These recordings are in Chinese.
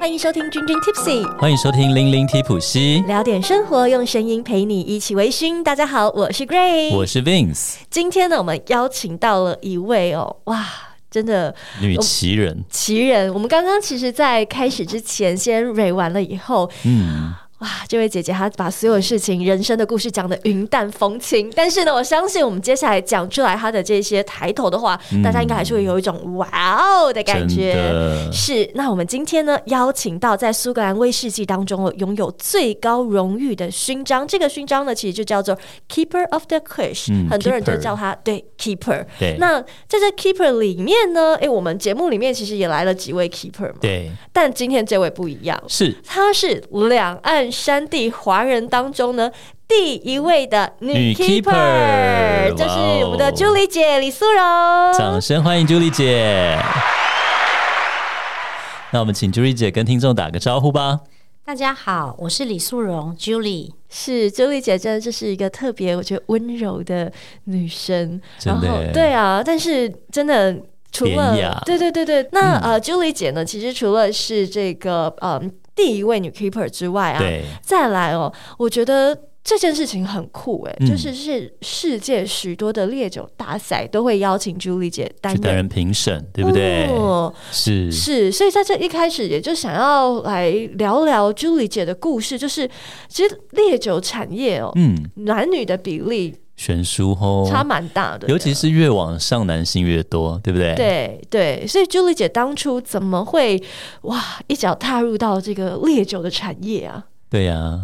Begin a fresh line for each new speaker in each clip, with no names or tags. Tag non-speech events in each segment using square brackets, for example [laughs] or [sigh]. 欢迎收听君君 Tipsy，
欢迎收听《零零提普西》，
聊点生活，用声音陪你一起微醺。大家好，我是 Grace，
我是 Vince，
今天呢，我们邀请到了一位哦，哇，真的
女奇人。
奇人！我们刚刚其实，在开始之前先蕊完了以后，
嗯，
哇，这位姐姐她把所有事情、人生的故事讲得云淡风轻。但是呢，我相信我们接下来讲出来她的这些抬头的话，大家应该还是会有一种哇哦的感
嗯真
觉。
的，
是，那我们今天呢，邀请到在苏格兰威士忌当中哦，拥有最高荣誉的勋章。这个勋章呢，其实就叫做 Keeper of the Kush，、
嗯
很多人都
Keeper
叫它对 Keeper。
对
那在这 Keeper 里面呢，诶，我们节目里面其实也来了几位 Keeper 嘛，
对，
但今天这位不一样，
是
她是两岸山地华人当中呢。第一位的女
女
keeper，
keeper，
就是我们
哇
的
哦
Julie 姐李素荣。
掌声欢迎朱莉姐。那我们请朱莉姐跟听众打个招呼吧。
大家好，我是李素荣 Julie。
是 Julie 姐真的就是一个特别，我觉得温柔的女生。
真
然
的
后
耶
对啊，但是真的。除了
典雅嗯
对对对对，那、呃，Julie 姐呢，其实除了是这个嗯第一位女 keeper 之外啊，
对，
再来哦，我觉得这件事情很酷诶，
嗯
就是是世界许多的烈酒大赛都会邀请 Julie 姐担
去担
任，
任评审，对不对？
哦
是，
是，所以在这一开始，也就想要来聊聊 Julie 姐的故事，就是其实烈酒产业哦，
嗯，
男女的比例
悬殊哦，
差蛮大的耶、
尤其是越往上，男性越多，对不对？，
对对，所以 Julie 姐当初怎么会哇一脚踏入到这个烈酒的产业啊？
对呀、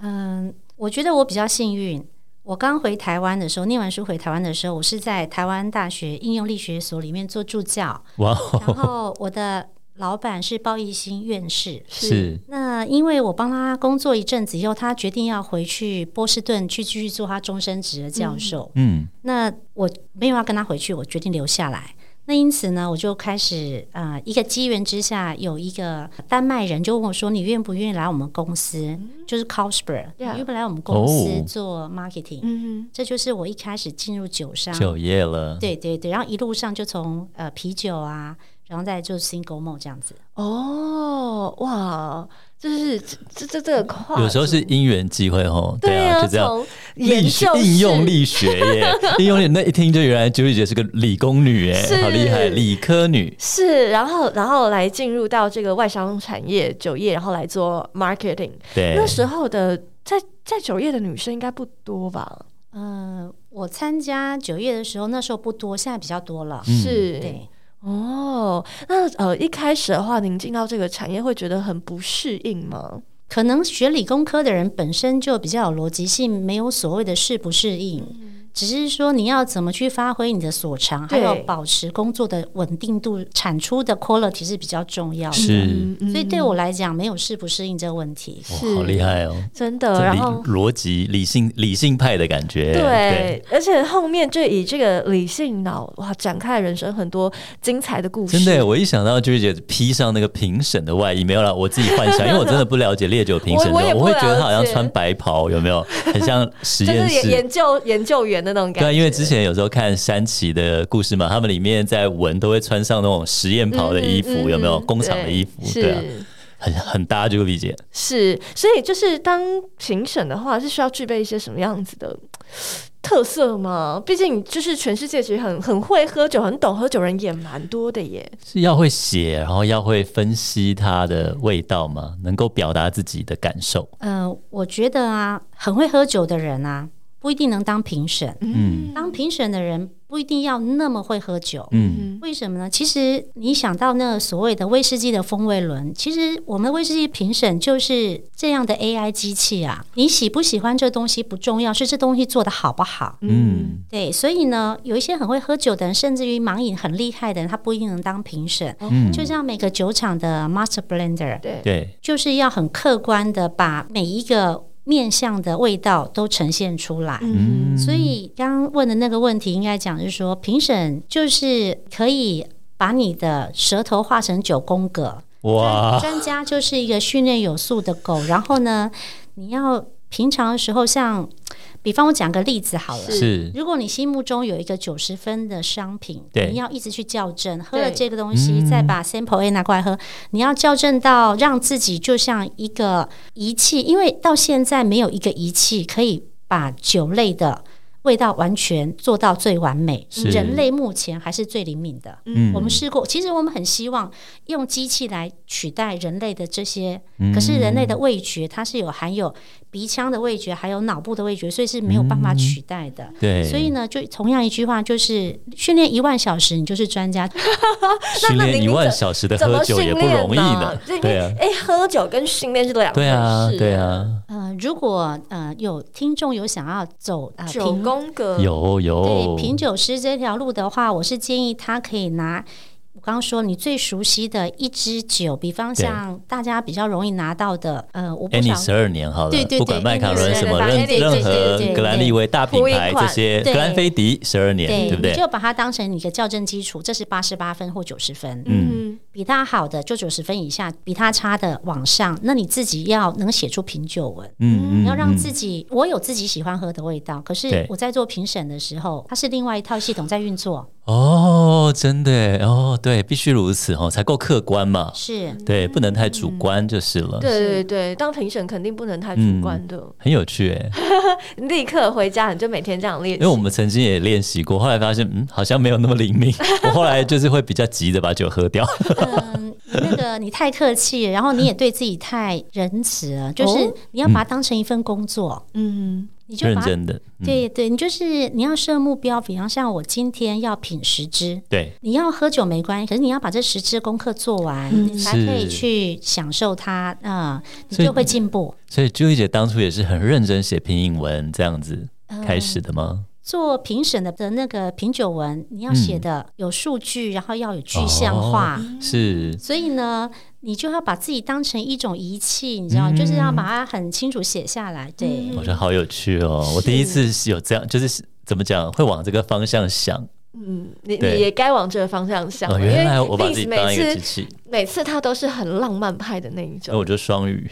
嗯，我觉得我比较幸运。我刚回台湾的时候，念完书回台湾的时候，我是在台湾大学应用力学所里面做助 [laughs] 教，
哇
然
哦，
后我的老板是鲍义兴院士。
是，
那因为我帮他工作一阵子以后，他决定要回去波士顿去继续做他终身职的教授。
嗯，
那我没有要跟他回去，我决定留下来。那因此呢，我就开始呃，一个机缘之下，有一个丹麦人就问我说：“你愿不愿意来我们公司？就是 c o s p e r 你
Yeah
愿不愿意来我们公司
哦
做 marketing？”、
嗯，
这就是我一开始进入酒
啊
商，
就业了，
对对对，然后一路上就从呃啤酒啊，然后再就 single malt 这样子。
哦，哇，就是这这这这个跨，
有时候是。因缘际会哦，
对
啊，
啊，
就这样。
从研
力学
究
应
室
用力学耶，
[laughs]
应用力那一听就原来 Julie 姐是个理工女耶
是，
好厉害，理科女。
是，然后然后来进入到这个外商产业酒业，然后来做 marketing。
对
那，时候的在在酒业的女生应该不多吧？
呃，我参加九月的时候，那时候不多，现在比较多了。
嗯
是，
对，
哦，那呃，一开始的话，您进到这个产业会觉得很不适应吗？
可能学理工科的人本身就比较有逻辑性，没有所谓的适不适应，只是说你要怎么去发挥你的所长，还
对
有保持工作的稳定度、产出的 quality 是比较重要的。
是，
嗯
所以对我来讲，没有适不适应这个问题。
哇，好厉害哦，
真的，
这
呃然
理
后。
逻辑理性理性派的感觉，
对，而且后面就以这个理性脑哇展开人生很多精彩的故
对
事，
真的耶，我一想到 Julie 姐披上那个评审的外衣，没有啦，我自己幻
[laughs]
想，因为我真的不了解烈酒评审，
我我也
我
不
会觉得她好像
了解
穿白袍，有没有？很像
[laughs]
实
就
验
是研
室。
研究研究员的那种感觉。
对，因为之前有时候看山崎的故事嘛，他们里面在闻都会穿上那种实验袍的衣服，
嗯嗯
有没有？
嗯
工厂的
对
衣服，
是
对啊，很很搭 Julie 姐。
是，所以就是当评审的话，是需要具备一些什么样子的特色吗？毕竟就是全世界其实很很会喝酒、很懂喝酒人也蛮多的耶。
是要会写，然后要会分析它的味道吗？能够表达自己的感受。
呃，我觉得啊，很会喝酒的人啊，不一定能当评审。
嗯
当评审的人不一定要那么会喝酒。
嗯，
为什么呢？其实你想到那个所谓的威士忌的风味轮，其实我们的威士忌评审就是这样的 AI 机器啊。你喜不喜欢这东西不重要，是这东西做的好不好。
嗯，
对，所以呢，有一些很会喝酒的人，甚至于盲饮很厉害的人，他不一定能当评审。
嗯
就像每个酒厂的 Master Blender，
对，
对，
就是要很客观的把每一个面向的味道都呈现出来。
嗯，
所以刚刚问的那个问题，应该讲是说，评审就是可以把你的舌头化成九宫格，
哇，
专家就是一个训练有素的狗，然后呢，你要平常的时候像，比方我讲个例子好了。
是
是
如果你心目中有一个九十分的商品，
对
你要一直去校正，喝了
对
这个东西，
嗯
再把 sample A 拿过来喝，你要校正到让自己就像一个仪器，因为到现在没有一个仪器可以把酒类的味道完全做到最完美，
是
人类目前还是最灵敏的。
嗯
我们试过，其实我们很希望用机器来取代人类的这些，
嗯
可是人类的味觉它是有含有鼻腔的味觉，还有脑部的味觉，所以是没有办法取代的。
嗯对，
所以呢，就同样一句话，就是训练一万小时，你就是专家。
训
那
练
你
一万
怎
小时的
怎
喝
么
酒
训
也不
练
容易呢
呢？这，
对啊，
哎、喝酒跟训练是两回事、
对啊，对，啊，
呃，如果呃有听众有想要走呃
九
品
宫格
啊有有
对品酒师这条路的话，我是建议他可以拿我刚刚说你最熟悉的一支酒，比方
对
像大家比较容易拿到的，呃，我不
Any
想
哎十二年好了，
对对对
不管麦卡伦什么
Any 12
任任
对对
何
对对
格兰利威大品牌这些，
对
格兰菲迪十二年，
对，
对不对
你？就把它当成你的校正基础，这是八十八分或九十分。
嗯，
比他好的就九十分以下，比他差的往上。那你自己要能写出品酒文，
嗯嗯，
你要让自
己
己，我有自己喜欢喝的味道。可是
对
我在做评审的时候，它是另外一套系统在运作。
哦，真的耶哦，对，必须如此哦，才够客观嘛，
是，
对，不能太主
嗯
观就是了。
对对对，当评审肯定不能太
嗯
主观的，
很有趣
[laughs]
哎，
立刻回家你就每天这样练
因
习
为。我们曾经也练习过，后来发现嗯，好像没有那么灵
[laughs]
敏。我后来就是会比较急着把酒喝掉。
嗯，那个你太客气，然后你也对自己太仁慈
[laughs]
了，就是
哦
你要把它当成一份工作，
嗯，
你就
认
把它。
真的，嗯
对对，你就是你要设目标，比方像我今天要品十支，
对，
你要喝酒没关系，可是你要把这十支功课做完，
嗯
你才可
是
以去享受它，嗯，你
所以
就会进步。
所以 Julie 姐当初也是很认真写拼音文这样子
嗯
开始的吗？
做评审的的那个品酒文，你要写的有数据，然后要有具象化，
嗯
嗯
哦是
所以呢，你就要把自己当成一种仪器，你知
嗯
道，就是要把它很清楚写下来。对，
我觉得好有趣哦！我第一次有这
嗯
样，就是怎么讲，会往这个方向想。
嗯你
对
你也该往这个方向想
哦，
了，
原来
哎
因为
我把自己
Vince
当
每
一个机
次
器，
每次他都是很浪漫派的那一
那
种，
我就双语。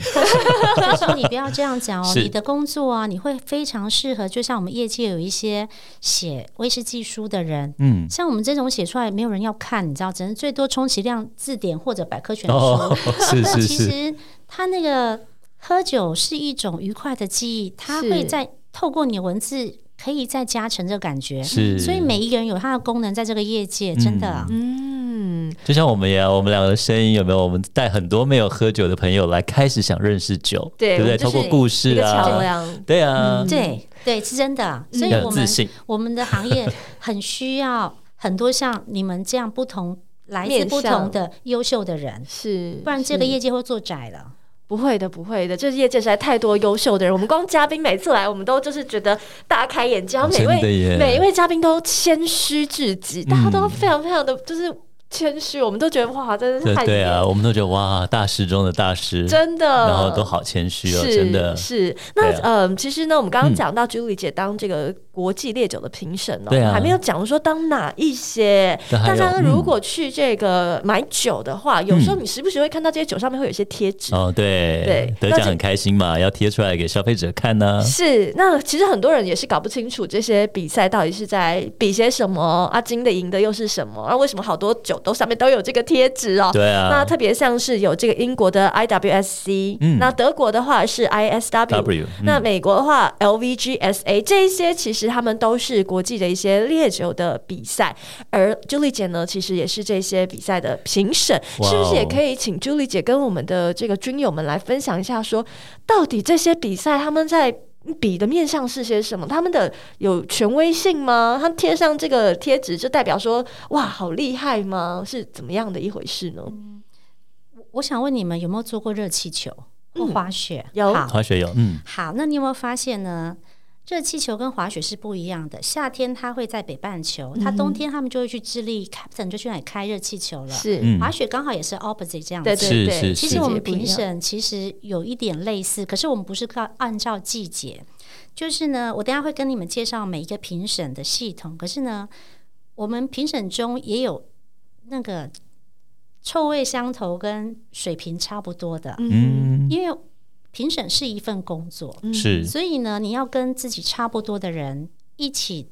但是你不要这样讲
[laughs]
哦，
是
你的工作啊，你会非常适合，就像我们业界有一些写威士忌书的人。
嗯，
像我们这种写出来没有人要看，你知道，只能最多充其量字典或者百科全书。
哦，是
那
是
[laughs] 其
是，
实他那个喝酒是一种愉快的记忆，他
是
会在透过你的文字，可以再加成这个感觉。
是
所以每一个人有他的功能，在这个业界真的。啊
嗯，
就像我们一样，我们两个的声音有没有？我们带很多没有喝酒的朋友来开始想认识酒，
对
对不对？
我们就
透
是
过故
一
事
个桥
啊，
梁，嗯
对啊，
对对，是真的，啊所以
嗯要
我
有自
们
信，
我们的行业很需要很多像你们这样不同来自
面
不
向
同的优秀的人，
是，
不然这个
是
业界会做窄了。
不会的，不会的，这业界实在太多优秀的人。我们光嘉宾每次来，我们都就是觉得大开眼界，然后每
真的耶
位
嗯
每一位嘉宾都谦虚至极，大家都非常非常的就是谦虚，我们都觉得哇，真的是
对
太
对
厉害
啊，
了
我们都觉得哇，大师中的大师，
真的，
然后都好谦虚哦，
是
真的，
是。那
对啊
嗯，其实呢，我们刚刚
嗯
讲到 Julie 姐当这个国际烈酒的评审哦，
对啊
还没有讲说当哪一些。
那还
大
有
家
嗯
如果去这个买酒的话，有时候你时不时会看到这些酒上面会有一些贴纸。
哦，对
对，
得
那
奖
这
很开心嘛，要贴出来给消费者看呢、
是，那其实很多人也是搞不清楚这些比赛到底是在比些什么，啊，金的赢的又是什么，啊，为什么好多酒都上面都有这个贴纸哦？
对啊，
那特别像是有这个英国的 IWSC，、
嗯
那德国的话是 ISW，,
W，嗯
那美国的话 LVGSA，这一些其实他们都是国际的一些烈酒的比赛，而 Julie 姐呢，其实也是这些比赛的评审，
哇哦
是不是也可以请 Julie 姐跟我们的这个军友们来分享一下说到底这些比赛他们在比的面向是些什么？他们的有权威性吗？他们贴上这个贴纸就代表说哇好厉害吗？是怎么样的一回事呢？
嗯我我想问你们有没有做过热气球或滑雪？
嗯有
好
滑雪有，嗯，
好，那你有没有发现呢？热气球跟滑雪是不一样的。夏天它会在北半球，
嗯
它冬天他们就会去智利，Captain 就去那里开热气球了。
是，
嗯
滑雪刚好也是 opposite 这样
对
子。
对
是
对，
是
其
是
实我们
不一
评
样
审其实有一点类似，可是我们不是靠按照季节，就是呢，我等一下会跟你们介绍每一个评审的系统。可是呢，我们评审中也有那个臭味相投跟水平差不多的，
嗯
嗯，
因为评审是一份工作，
嗯
是
所以呢，你要跟自己差不多的人一起，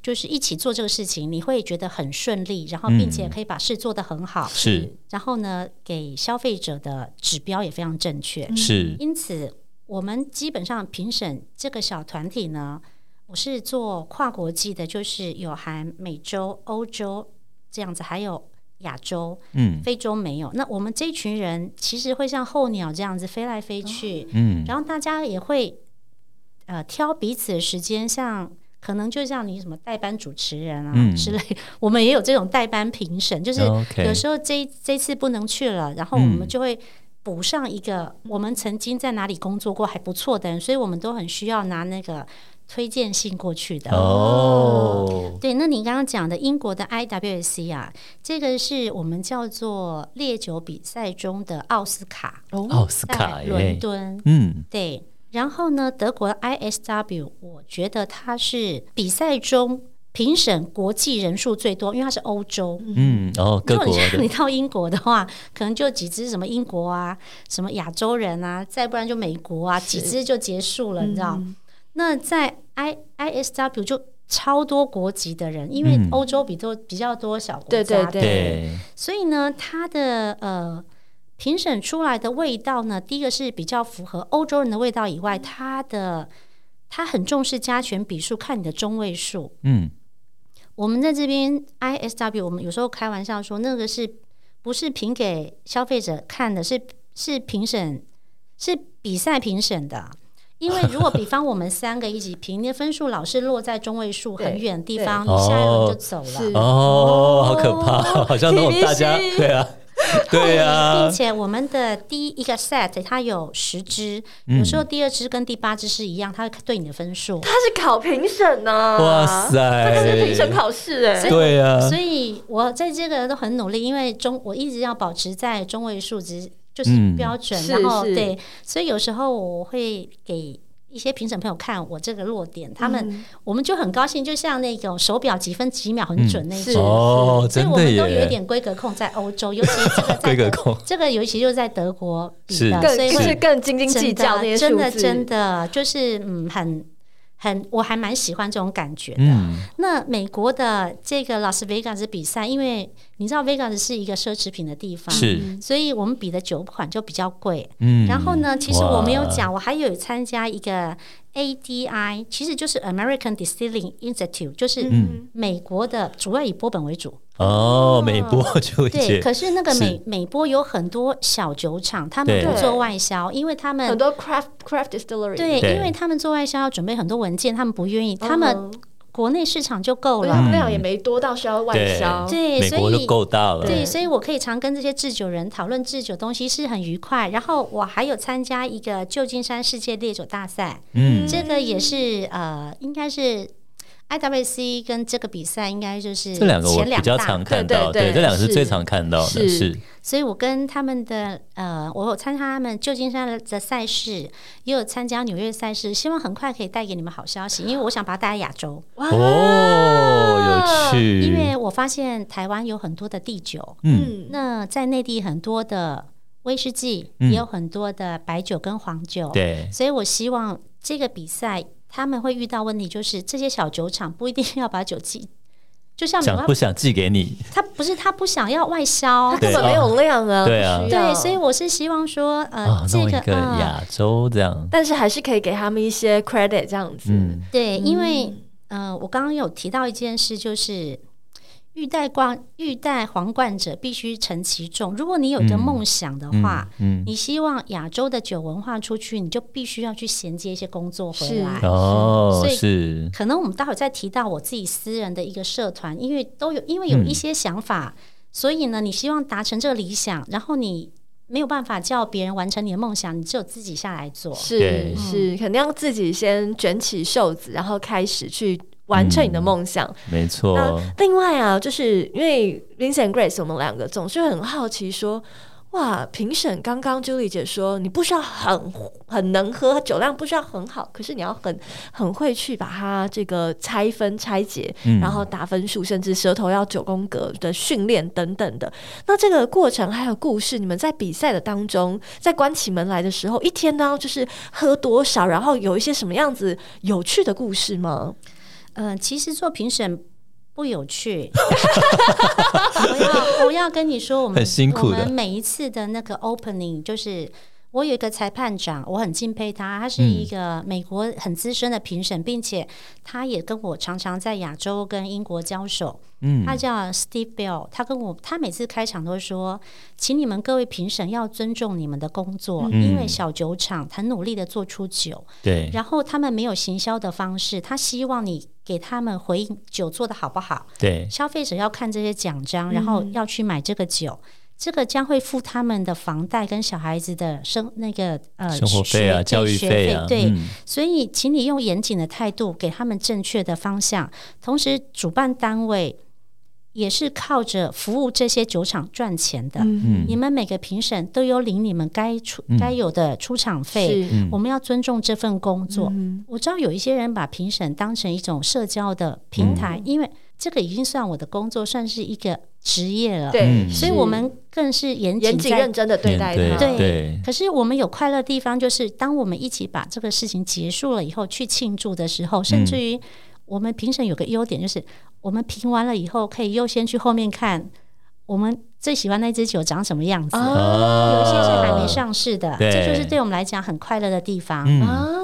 就是一起做这个事情，你会觉得很顺利，然后并且
嗯
可以把事做得很好。
是
然后呢，给消费者的指标也非常正确。
是
因此，我们基本上评审这个小团体呢，我是做跨国际的，就是有含美洲、欧洲这样子，还有亚洲、
嗯
非洲没有。那我们这群人其实会像候鸟这样子飞来飞去，
嗯
然后大家也会呃挑彼此的时间，像可能就像你什么代班主持人啊、
嗯
之类，我们也有这种代班评审，就是
OK
有时候这一这次不能去了，然后我们
嗯
就会。补上一个我们曾经在哪里工作过还不错的人，所以我们都很需要拿那个推荐信过去的。
哦
对，那你刚刚讲的英国的 IWC 啊，这个是我们叫做烈酒比赛中的奥斯卡，
嗯
奥斯卡
在
耶
伦，敦。
嗯
对，然后呢，德国的 ISW，我觉得它是比赛中评审国际人数最多，因为它是欧洲。
嗯哦各
如果
国
你你
的
到英国的话，可能就几只什么英国啊，什么亚洲人啊，再不然就美国啊，几只就结束了，你知
嗯
嗯
道？那在 I ISW 就超多国籍的人，因为
嗯
欧洲比多比较多小国家，
对对对
对
所以呢，它的呃评审出来的味道呢，第一个是比较符合欧洲人的味道以
嗯
外，它的它很重视加权比数，看你的中位数。
嗯
我们在这边 ISW，我们有时候开玩笑说，那个是不是评给消费者看的？是是评审，是比赛评审的。因为如果比方我们三个一起评，那分数老是落在中位数
对
很远的
[laughs]
地
对
方，你下一轮
哦
就走了。
是
哦好可怕，好像那种大家
TVC
对啊对
并
啊
且我们的第一个 set 它有十支，
嗯
有时候第二支跟第八支是一样，它会对你的分数。
他是考评审
啊
呢，
哇
他可是评审
塞
考试哎，
对啊
所以我在这个都很努力，因为中我一直要保持在中位数值，就是
嗯
标准。
是
然后
是
对，所以有时候我会给一些评审朋友看我这个落点，他们、
嗯
我们就很高兴，就像那种手表几分几秒很准那
是
种。
嗯哦
所以
真
我
的
们都有一
耶
点规格控在欧洲，尤其这个 [laughs] 在啊
规格
德
控
这个尤其就在德国比
是
的，
更
哦所以
就
会
是更斤斤计较那些
真
数
的
字，
真的就是嗯，很很，我还蛮喜欢这种感觉的。
嗯
那美国的这个拉斯维加斯比赛，因为你知道 Vegas 是一个奢侈品的地方，
是
所以我们比的酒款就比较贵。
嗯
然后呢，其实我没有
哇
讲，我还有参加一个 ADI，其实就是 American Distilling Institute，就是
嗯
美国的，主要以波本为主。
哦美波就
对，
解
可是那个
是
美美波有很多小酒厂，他们
对
不做外销，因为他们
很多 craft craft distillery，嗯
对，
对
因为他们做外销要准备很多文件，他们不愿意，他
哦
们国内市场就够
我想
了。
量也没多到需要外销，
对，
美
所
国都
以
够大了，
对，所以我可以常跟这些制酒人讨论制酒东西是很愉快。然后我还有参加一个旧金山世界烈酒大赛，
嗯
这个也是呃，应该是呃 IWC 跟这个比赛应该就是
这两个我
前
比
两
较
大
常看到，
对对对
这两个是最
是
常看到的，
是
是
所以我跟他们的呃，我有参加他们旧金山的赛事，也有参加纽约赛事，希望很快可以带给你们好消息，因为我想把它带来亚洲，
哇
哦，有趣，
啊因为我发现台湾有很多的地酒，
嗯
那在内地很多的威士忌，
嗯
也有很多的白酒跟黄酒，
对
所以我希望这个比赛他们会遇到问题，就是这些小酒厂不一定要把酒寄，就像你
想
们
不想寄给你？
他不是他不想要外销，
它根本没有量啊，
对啊
不需要
对，所以我是希望说，呃，
啊，
这
弄一
个
个
啊、
亚洲这样，
但是还是可以给他们一些 credit 这样子，
嗯
对，因为、呃，我刚刚有提到一件事，就是欲戴冠欲戴皇冠者必须承其重。如果你有一个
嗯
梦想的话
嗯，嗯，
你希望亚洲的酒文化出去，你就必须要去衔接一些工作回
是
来。
哦
哎所，以
是
可能我们待会再提到我自己私人的一个社团，因为都有因为有一
嗯
些想法，所以呢，你希望达成这个理想，然后你没有办法叫别人完成你的梦想，你只有自己下来做。
是
对
嗯
是，肯定要自己先卷起袖子，然后开始去完成你
嗯
的梦想。
没
那
错，
另外啊，就是因为 Vincent Grace，我们两个总是很好奇说。哇，评审刚刚 Julie 姐说，你不需要很很能喝，酒量不需要很好，可是你要很很会去把它这个拆分拆解，
嗯
然后打分数，甚至舌头要九宫格的训练等等的。那这个过程还有故事，你们在比赛的当中，在关起门来的时候，一天呢就是喝多少，然后有一些什么样子有趣的故事吗？
呃，其实做评审不有趣。 [laughs] 我要我要跟你说，我们
很辛苦
我
的
们每一次的那个 opening 就是。我有一个裁判长，我很敬佩他，他是
嗯
一个美国很资深的评审，并且他也跟我常常在亚洲跟英国交手。
嗯
他叫 Steve Bell，他跟我，他每次开场都说，请你们各位评审要尊重你们的工作，
嗯
因为小酒厂很努力的做出酒，
对，
然后他们没有行销的方式，他希望你给他们回应酒做的好不好，
对，
消费者要看这些奖章，
嗯
然后要去买这个酒。这个将会付他们的房贷跟小孩子的生那个呃
生活费啊，
学
教育
学
费啊，
对，
嗯
所以请你用严谨的态度给他们正确的方向，同时主办单位也是靠着服务这些酒厂赚钱的。
嗯，
你们每个评审都有领你们该出
嗯
该有的出场费，
是
我们要尊重这份工作。
嗯
我知道有一些人把评审当成一种社交的
嗯
平台，因为这个已经算我的工作，算是一个职业了。
对，
嗯
所以我们更是严
严
谨
谨
在。
认真的对
面
待
对
它。
对
对，
可是我们有快乐的地方，就是当我们一起把这个事情结束了以后，去庆祝的时候，
嗯
甚至于我们评审有个优点，就是我们评完了以后，可以优先去后面看我们最喜欢那支酒长什么样子。
啊
哦有
有
一些是还没上市的，
对
这就是对我们来讲很快乐的地方。
哦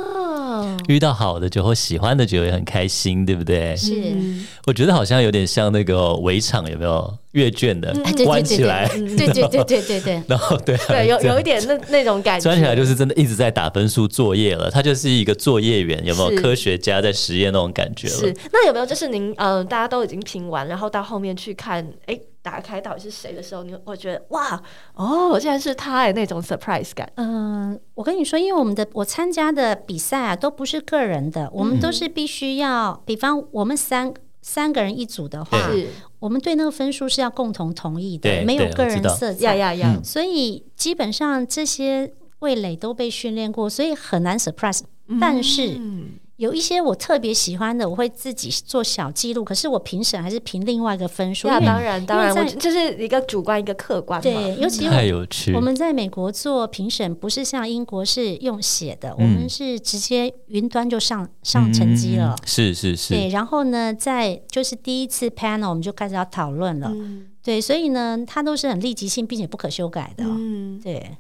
啊，
嗯，遇到好的酒或喜欢的酒也很开心，对不对？
是。
嗯
我觉得好像有点像那个围场，有没有阅卷的
哎，对
关
对对
起来，
对对对对对对，
[laughs] 然后对啊
对，有
这样
有一点那那种感觉，
钻起来就是真的一直在打分数作业了，他就是一个作业员，有没
是
有科学家在实验那种感觉了
是？，那有没有就是您呃，大家都已经评完，然后到后面去看，哎、打开到底是谁的时候，你会觉得哇，哦，竟然是他哎、那种 surprise 感，
嗯、我跟你说，因为我们的我参加的比赛啊，都不是个人
嗯
的，我们都是必须要，比方我们三三个人一组的话，
对
是
我们对那个分数是要共同同意的，
对
没有
对
个
我
人
知道
色
呀
彩，
呀
嗯
呀，
所以基本上这些味蕾都被训练过，所以很难 surprise。但是
嗯，
有一些我特别喜欢的，我会自己做小记录，可是我评审还是评另外一个分数，因
那
为
当然当然，
在
我这是一个主观一个客观嘛，
对，尤其
太
我
有趣
我，们在美国做评审，不是像英国是用写的，我
嗯
们是直接云端就上上成绩了。
嗯是是
对，
是，
然后呢，在就是第一次 panel 我们就开始要讨论了。
嗯
对，所以呢，它都是很立即性，并且不可修改的。
嗯，
对，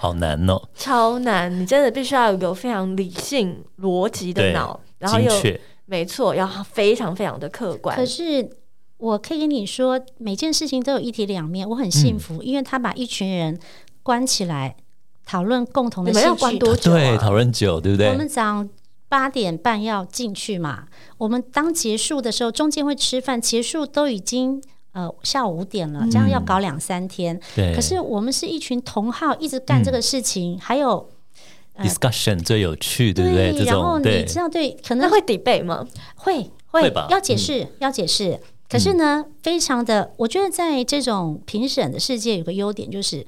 好难哦，
超难，你真的必须要有个非常理性逻辑的
对
脑，然后
精
又
确，
没错，要非常非常的客观
可，是我可以跟你说，每件事情都有一体两面。我很幸
嗯
福，因为他把一群人关起来讨论共同
你
的
们
兴
要
趣。
关多久、啊？
对，讨论酒，对不
我
对？
们早上八点半要进去嘛，我们当结束的时候，中间会吃饭，结束都已经呃下午五点了，这样要搞两三天。
嗯对，嗯
可是我们是一群同好，一直干这个事情，还有
discussion 最有趣，对不对？这
呃然后
种
你
对
知道对，可
那
能
会 debate 吗？
会
会吧嗯
要解释、要解释。可是呢，非常的，我觉得在这种评审的世界有个优点就是。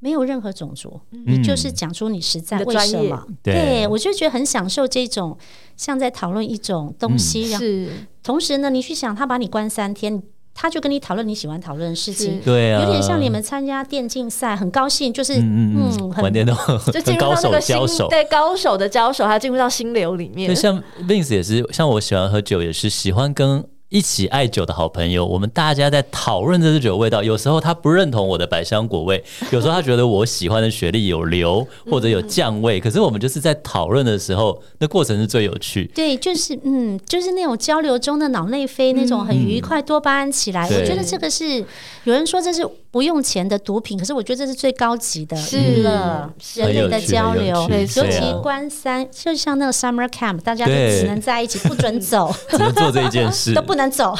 没有任何种族，你就是讲出你实在
嗯你的
为
专
什
业
么。
嗯对
我就觉得很享受这种像在讨论一种东
嗯
西，然
[laughs]
后
是
同时呢，你去想他把你关三天，他就跟你讨论你喜欢讨论的事情，
对啊，
有点像你们参加电竞赛，很高兴，就是
嗯嗯嗯，
嗯很
玩电动
就进
跟
入到
高
那
手
个
交
新
手。
对高手的交手，还进入到心流里
那
面。
像 Vince 也是，像我喜欢喝酒，也是喜欢跟一起爱酒的好朋友，我们大家在讨论这支酒的味道。有时候他不认同我的百香果
[laughs]
味，有时候他觉得我喜欢的雪莉有硫或者有酱味，可是我们就是在讨论的时候，那过程是最有趣。
对，就是嗯，就是那种交流中的脑内啡，那种很愉快，多巴胺起来。
对
我觉得这个是有人说这是不用钱的毒品，可是我觉得这是最高级的
是
娱乐，
嗯
人类的交
很
流。
有
尤
趣很有趣
其
对啊
关三，就像那个 summer camp，大家都
对
只能在一起，不准走，
只能做这一件事
[laughs] 都，不能走。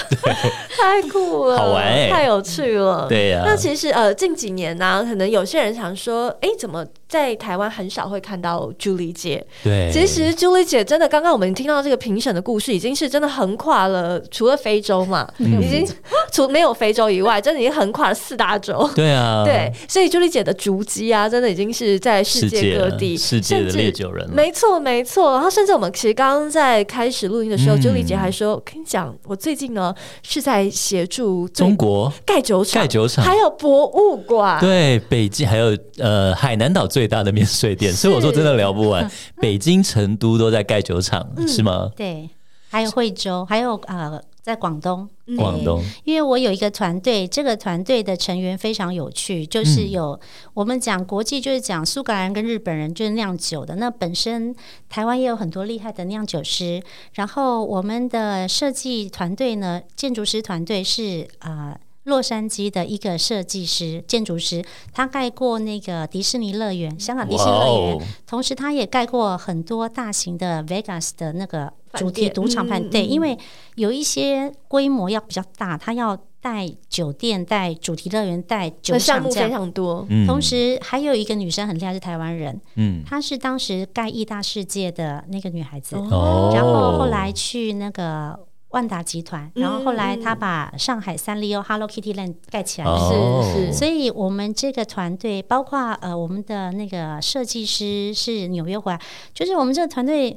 太酷了，
好玩欸
太有趣了。
对呀
啊
啊
那其实呃，近几年呢、可能有些人想说，哎，怎么在台湾很少会看到朱莉姐。
对，
其实朱莉姐真的，刚刚我们听到这个评审的故事，已经是真的横跨了，除了非洲嘛，
嗯
已经 [laughs] 除没有非洲以外，真的已经横跨了四大洲。
对啊，
对，，所以朱莉姐的足迹啊，真的已经是在世
世
界
界
各
了
地，
世界的
甚至
烈酒人了，
没错，没错。然后，甚至我们其实刚刚在开始录音的时候，
嗯
朱丽姐还说：“我跟你讲，我最近呢是在协助对
中国
盖酒厂、
盖酒厂
还有博物馆。”
对，北京还有呃海南岛最大的免税店，所以我说真的聊不
[laughs]
完。北京、成都都在盖酒厂，
嗯
是吗？
对，还有惠州，还有呃，在广东，对
广东，
因为我有一个团队，这个团队的成员非常有趣，就是有、我们讲国际，就是讲苏格兰跟日本人就是酿酒的。那本身台湾也有很多厉害的酿酒师，然后我们的设计团队呢，建筑师团队是啊。呃洛杉矶的一个设计师、建筑师，他盖过那个迪士尼乐园，香港迪士尼乐
哦
园，，同时，他也盖过很多大型的 Vegas 的那个主题
饭店
赌场饭
嗯嗯
对，
嗯
因为有一些规模要比较大，他要带酒店、带主题乐园、带酒
那项
厂
目
这
非
样。
常多。
嗯
同，时，还有一个女生很厉害，是台湾人，
嗯，
她是当时盖义大世界的那个女孩子，
哦
嗯然后后来去那个万达集团，
嗯
然后后来她把上海三丽鸥 Hello Kitty Land 盖起来了。
哦
是是
所以我们这个团队，包括呃我们的那个设计师是纽约回来，就是我们这个团队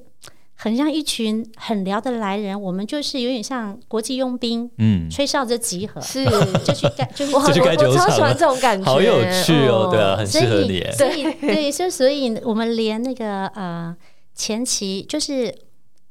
很像一群很聊得来人，我们就是有点像国际佣兵，
嗯，
吹哨子集合，
是，
就去干，就
[laughs]
是
我好
这就
我
盖酒
我超
厂
喜欢
了
这种感觉，嗯
好有趣哦，对啊，很
所
适合
以
你耶。
所以对，所以所以我们连那个呃前期就是。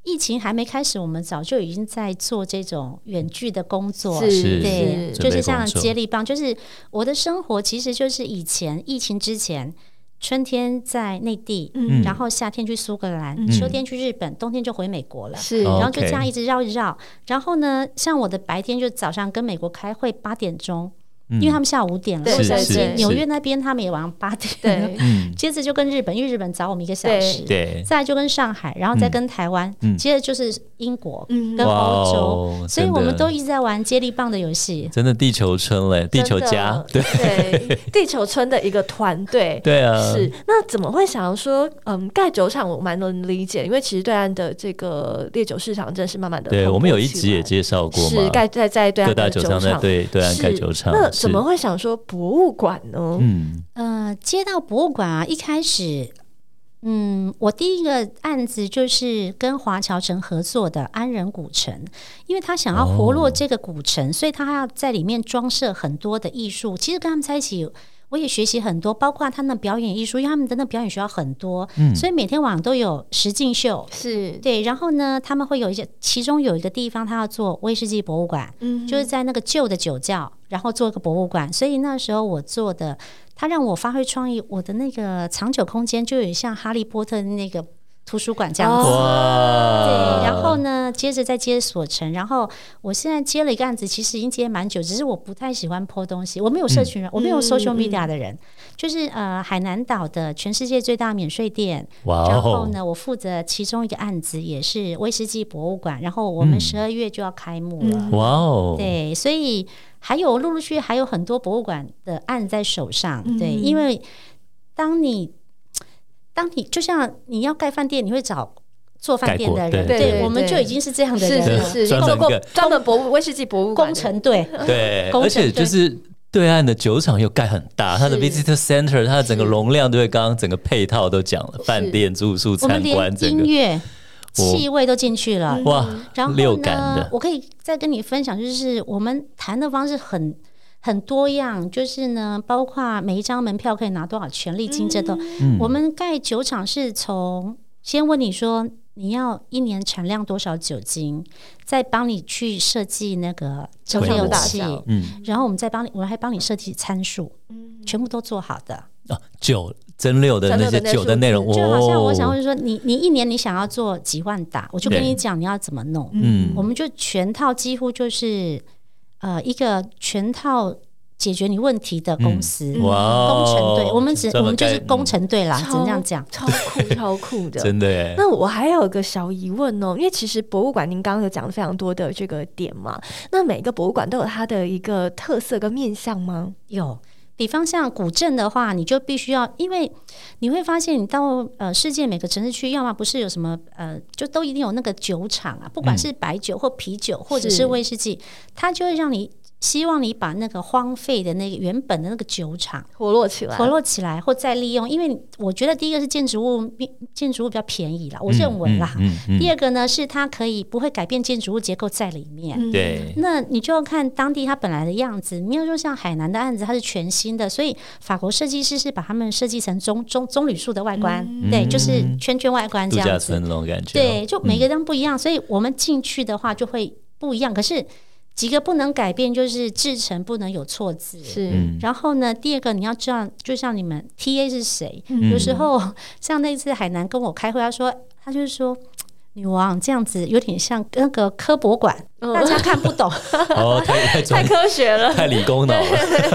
疫情还没开始，我们早就已经在做这种远距的工作，
是
是
对，
准
就
备
是像
工作
接力棒，就是我的生活其实就是以前疫情之前，春天在内地，
嗯
然后夏天去苏格兰，
嗯
秋天去日本，冬天就回美国了。
是
哦
然后就
OK
这样一直绕一绕，然后呢，像我的白天就早上跟美国开会八点钟，
嗯
因为他们下午五点了，
对
洛杉
是是
矶、纽约那边他们也晚上八点了，
对，
嗯，
[laughs] 接着就跟日本，因为日本早我们一个小时，
对，
再来就跟上海，然后再跟台湾，
嗯
接着就是英国
嗯
跟欧洲，
哦
所以我
真
们
的
都一直在玩接力棒的游
[laughs]
戏。
真的地球村嘞，地球家，对
对对，地球村的一个团队，
对啊，
是，那怎么会想要说，嗯，盖酒厂我蛮能理解，因为其实对岸的这个烈酒市场真的是慢慢的，
对，我们有一集也介绍过嘛
是，盖在在对
各
岸
大
的
酒
厂
商在对对岸
是
盖酒厂，
那
是
怎么会想说博物馆呢？
嗯
呃，街道博物馆啊，一开始，嗯，我第一个案子就是跟华侨城合作的安仁古城，因为他想要活络这个古城，所以他要在里面装设很多的艺术。其实跟他们在一起。我也学习很多，包括他们的表演艺术，因为他们的那表演学校很多，所以每天晚上都有实境秀。
是，
对，然后呢，他们会有一些，其中有一个地方他要做威士忌博物馆，
嗯
就是在那个旧的酒窖，然后做一个博物馆。所以那时候我做的，它让我发挥创意，我的那个藏酒空间就有点像哈利波特那个图书馆这样子。
哦
哇，
对，然后呢，接着再接锁城，然后我现在接了一个案子，其实已经接蛮久，只是我不太喜欢 po 东西，我没有社
嗯
群人，我没有 social media 的人，就是呃海南岛的全世界最大免税店，
哇
然后
哦，
呢，我负责其中一个案子，也是威士忌博物馆。然后我们十二月就要开幕了，
嗯
哇哦，
对，所以还有陆陆续续还有很多博物馆的案在手上。对，
嗯
因为当你当你就像你要盖饭店，你会找做饭店的
盖过
人，
对对
我们
对
就已经是这样的
是
人
是
了。
是，
专
透
门
过
盖
专门博物威士忌博物馆
工程队，
对，
[laughs] 工
而
程
且就
对
是。对岸的酒厂又盖很大，它的
是
visitor center，它的整个
是
容量，对，刚刚整个配套都讲了，饭店、住宿、
我
参
们
观，
连
整
音
个
乐、
我
气味都进去
嗯
了。
哇，
然后
六感
呢
的，
我可以再跟你分享，就是我们谈的方式很很多样，就是呢，包括每一张门票可以拿多少权利金，这都、
嗯
我们盖酒厂是从先问你说你要一年产量多少酒精，再帮你去设计那个蒸
规模
馏
大
器，
小
嗯
然后我们再帮你，我们还帮你设计参数，
嗯
全部都做好的。
啊，酒蒸馏的那
蒸馏的
些
那
酒的
数
内容，
就好像我
哦
想问说，你你一年你想要做几万打，我就跟
对
你讲你要怎么弄。
嗯
我们就全套几乎就是呃一个全套解决你问题的公司。
嗯
哇哦，
工程队，我们只
专
我
门
们就是
盖
工，程队啦，只
超
能这样讲。
超
[laughs]
酷超酷
嗯
的。
真的耶，
那我还有一个小疑问哦，因为其实博物馆您刚刚有讲非常多的这个点嘛，那每个博物馆都有它的一个特色跟面向吗？
有比方像古镇的话，你就必须要，因为你会发现，你到呃世界每个城市去，要么不是有什么呃，就都一定有那个酒厂啊，不
嗯
管是白酒或啤酒，或者是威士忌，它就会让你希望你把那个荒废的那个原本的那个酒厂
活络起来，
活络起来或再利用。因为我觉得第一个是建筑物，建筑物比较便宜啦，我认为啦。
嗯嗯嗯
第二个呢是它可以不会改变建筑物结构在里面。
嗯，
对，
那你就要看当地它本来的样子。你要说像海南的案子，它是全新的，所以法国设计师是把他们设计成棕棕棕榈树的外观，对，就是圈圈外观
嗯度
这
假
样子。
村那种感觉，哦嗯
对，，就每个地方不一样，所以我们进去的话就会不一样。可是几个不能改变，就是制成不能有错字。
是，
嗯，
然后呢，第二个你要知道，就像你们 T A 是谁，
嗯
有时候像那次海南跟我开会，他说他就是说。女王这样子有点像那个科博馆，
嗯
大家看不懂， [laughs]
哦，太太
太
专
科学了，
太理工脑了，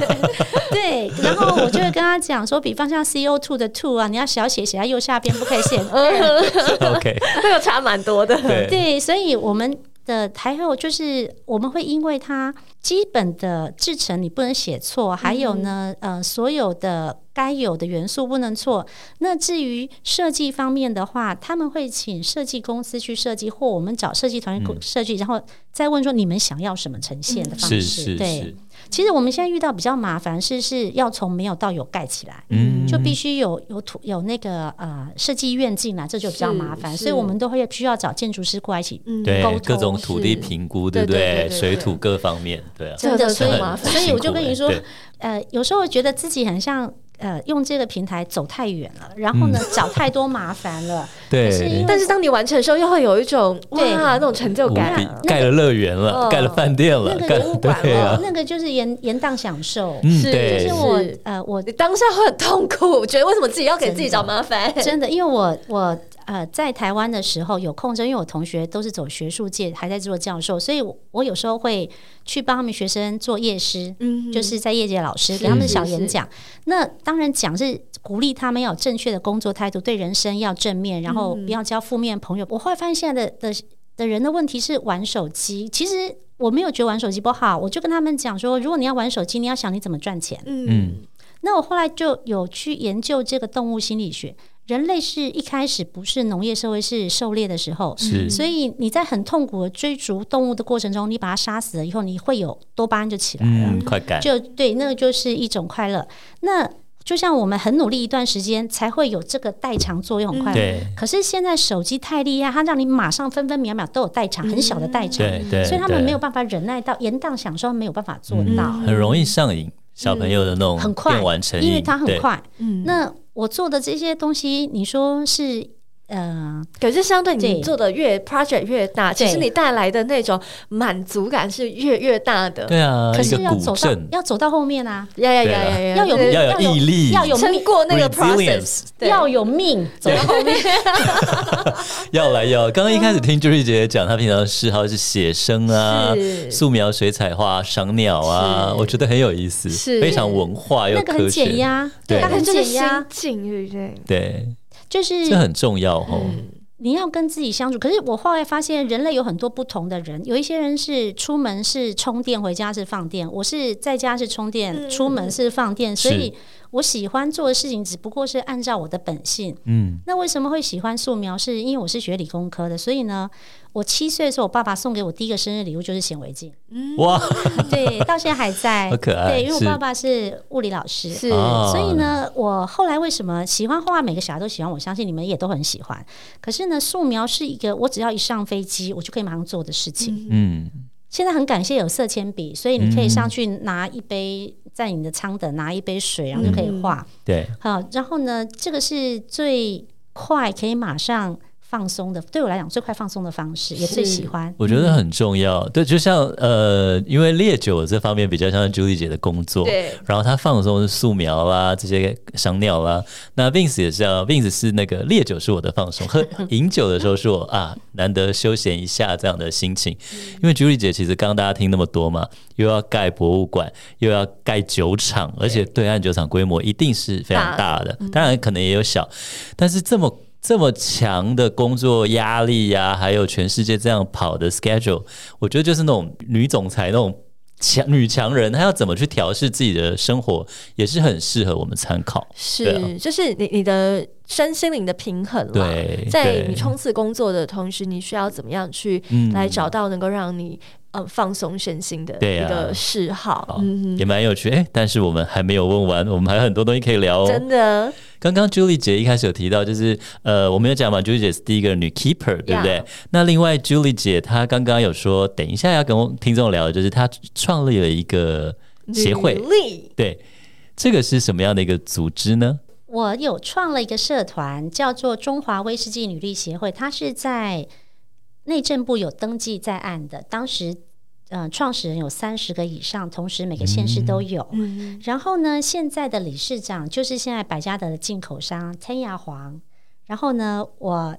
[laughs]
对，然后我就会跟他讲说，比方像 CO two 的 two 啊，你要小写写在右下边，不
[laughs]
可以写二。
[laughs]
[laughs]
，OK，
这个差蛮多的，
对，
对，所以我们的还有就是我们会因为它基本的制成你不能写错，还有呢，
嗯
呃，所有的该有的元素不能错。那至于设计方面的话，他们会请设计公司去设计，或我们找设计团
嗯
队设计，然后再问说你们想要什么呈现的方式。
是是
对，
是，
其实我们现在遇到比较麻烦是，是要从没有到有盖起来，
嗯
就必须有有土有那个呃设计院进来，这就比较麻烦，
是
所以我们都会需要找建筑师过来一起。
嗯，
对
沟
各种
通
土
是
地评估，对不
对对对对
水土各方面，对啊，
真的
所
很
以
麻烦
所以我就
辛苦
跟
欸
你说
对，
呃，有时候觉得自己很像呃用这个平台走太远了，然后呢
嗯
找太多麻烦了，可是因
对
为。
但是当你完成的时候，又会有一种哇
对
那种成就
无
感
比，盖了乐园了，
嗯
盖了饭店了
哦那，
盖了
个博物馆
[laughs] 对
了
啊，，
那个就是延延宕享受。
嗯，
是
就
对
是，我
是 [laughs]
呃，我
你当下会很痛苦，觉得为什么自己要给自己找麻烦？
真的，因为我我呃在台湾的时候有空着，因为我同学都是走学术界，还在做教授，所以我我有时候会去帮他们学生做夜师，
[laughs] 嗯
就是在业界老师
是
给他们
是
小
是
演讲。那当然讲是鼓励他们要有正确的工作态度，对人生要正面，然后
嗯
不要交负面朋友。我后来发现现在的的的人的问题是玩手机，其实。我没有觉得玩手机不好，我就跟他们讲说，如果你要玩手机，你要想你怎么赚钱。
嗯
那我后来就有去研究这个动物心理学。人类是一开始不是农业社会，是狩猎的时候，
是
所以你在很痛苦的追逐动物的过程中，你把它杀死了以后，你会有多巴胺就起来了，
嗯，快感，
就对，那个就是一种快乐。那就像我们很努力一段时间，才会有这个代偿作用，很快乐。
对
可是现在手机太厉害，它让你马上分分秒秒都有代偿，很小的代偿，
对对，
所以他们
嗯对
没有办法忍耐到延宕享受，没有办法做
嗯
到。嗯
很容易上瘾，小朋友的那种
很快
电玩成瘾，
因为它很
对，
快。
嗯
那我做的这些东西，你说是呃，
可是相对你
对
做的越 project 越大，其
对
实你带来的那种满足感是越越大的。
对啊，
可
一个
是要
古
走到
镇
要走到后面啊，
呀呀
对
呀
啊
呀呀！
要有
对
要有毅力，
要有
撑过那个 process，
resilience，
对
要有命走到后面。
要来要。刚刚一开始听朱丽姐讲，她平常的嗜好是写生啊、
是
素描、水彩画、赏鸟啊，
是
我觉得很有意思，
是
非常文化又
那个
科
很
学，
解压，
对
那
但
个很
是这个
解
心
压，
境，对不对？嗯
对，
就是
这很重要哦。
你要跟自己相处。可是我后来发现，人类有很多不同的人，有一些人是出门是充电，回家是放电；我是在家是充电，
嗯
出门是放电。
是
所以我喜欢做的事情，只不过是按照我的本性。
嗯，
那为什么会喜欢素描？是因为我是学理工科的，所以呢，我七岁的时候，我爸爸送给我第一个生日礼物就是显
[laughs]
微镜，
嗯哇，
对，到现在还在，
好可爱
对，因为我
是
爸爸是物理老师，
是
啊
所以呢，我后来为什么喜欢画画？每个小孩都喜欢，我相信你们也都很喜欢。可是呢，素描是一个我只要一上飞机，我就可以马上做的事情。
嗯，
现在很感谢有色铅笔，所以你可以上去拿一杯，在你的舱等拿一杯水，然后就可以画。
对，
好，然后呢，这个是最快可以马上放松的，对我来讲最快放松的方式，也最喜欢。
我觉得很重要。
嗯
对，就像呃，因为烈酒这方面比较像是朱丽姐的工作，
对，
然后他放松是素描啦，这些赏鸟啊啦。那 Vince 也是啊，Vince 是那个烈酒是我的放松， [laughs] 喝饮酒的时候是我啊难得休闲一下这样的心情。因为 Julie 姐其实刚刚大家听那么多嘛，又要盖博物馆，又要盖酒厂，而且对岸酒厂规模一定是非常大的，当然可能也有小，但是这么。这么强的工作压力呀、还有全世界这样跑的 schedule，我觉得就是那种女总裁那种强女强人，她要怎么去调试自己的生活，也是很适合我们参考。对啊
是，就是你你的身心灵的平衡啦。
对，
在
对
你冲刺工作的同时，你需要怎么样去
嗯
来找到能够让你嗯、呃放松身心的
对
一
啊哦
个嗜好
好？
嗯
啊也蛮有趣。哎，但是我们还没有问完，我们还有很多东西可以聊
哼，
哦。
真的
刚刚 Julie 姐一开始有提到，就是呃，我们有讲嘛，Julie 姐是第一个女 keeper，对不对
Yeah
那另外 Julie 姐她刚刚有说，等一下要跟我听众聊的就是她创立了一个协会
努，力
对，这个是什么样的一个组织呢？
我有创了一个社团，叫做中华威士忌女力协会，它是在内政部有登记在案的，当时呃创始人有三十个以上，同时每个县市都有。
嗯，
然后呢，现在的理事长就是现在百家德的进口商天涯黄。然后呢，我